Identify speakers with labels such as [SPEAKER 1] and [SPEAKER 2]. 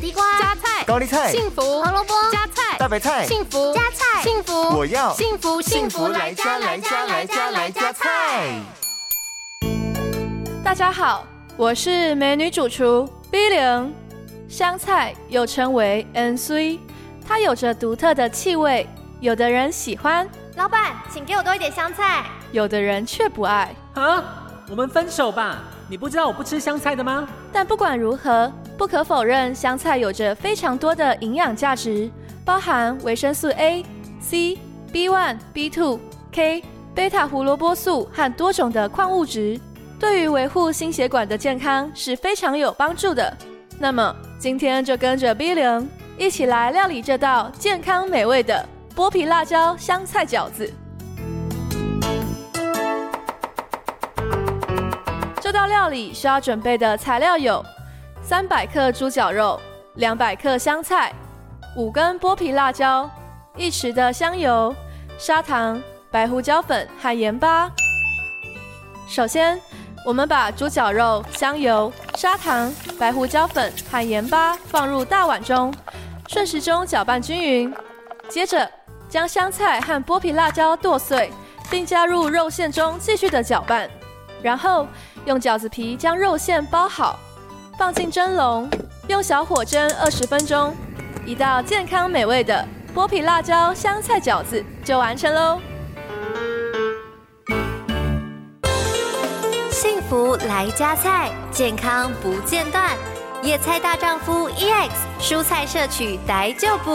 [SPEAKER 1] 地瓜、
[SPEAKER 2] 加菜、
[SPEAKER 3] 高丽菜、
[SPEAKER 2] 幸福、
[SPEAKER 1] 胡萝卜、
[SPEAKER 2] 加菜、
[SPEAKER 3] 大白菜、
[SPEAKER 2] 幸福、
[SPEAKER 1] 加菜
[SPEAKER 2] 幸福，
[SPEAKER 3] 我要
[SPEAKER 2] 幸福幸福来加来加来加来加菜。
[SPEAKER 4] 大家好，我是美女主厨 B 零。香菜又称为 N C，它有着独特的气味，有的人喜欢，
[SPEAKER 1] 老板，请给我多一点香菜。
[SPEAKER 4] 有的人却不爱。
[SPEAKER 5] 啊，我们分手吧！你不知道我不吃香菜的吗？
[SPEAKER 4] 但不管如何，不可否认，香菜有着非常多的营养价值，包含维生素 A、C、B1、B2、K、贝塔胡萝卜素和多种的矿物质，对于维护心血管的健康是非常有帮助的。那么，今天就跟着 B 零一起来料理这道健康美味的剥皮辣椒香菜饺子。这道料理需要准备的材料有：三百克猪脚肉、两百克香菜、五根剥皮辣椒、一匙的香油、砂糖、白胡椒粉和盐巴。首先，我们把猪脚肉、香油、砂糖、白胡椒粉和盐巴放入大碗中，顺时钟搅拌均匀。接着，将香菜和剥皮辣椒剁碎，并加入肉馅中继续的搅拌。然后用饺子皮将肉馅包好，放进蒸笼，用小火蒸二十分钟，一道健康美味的剥皮辣椒香菜饺子就完成喽。
[SPEAKER 1] 幸福来加菜，健康不 E 间断。野菜大丈夫 EX 蔬菜摄取逮就补。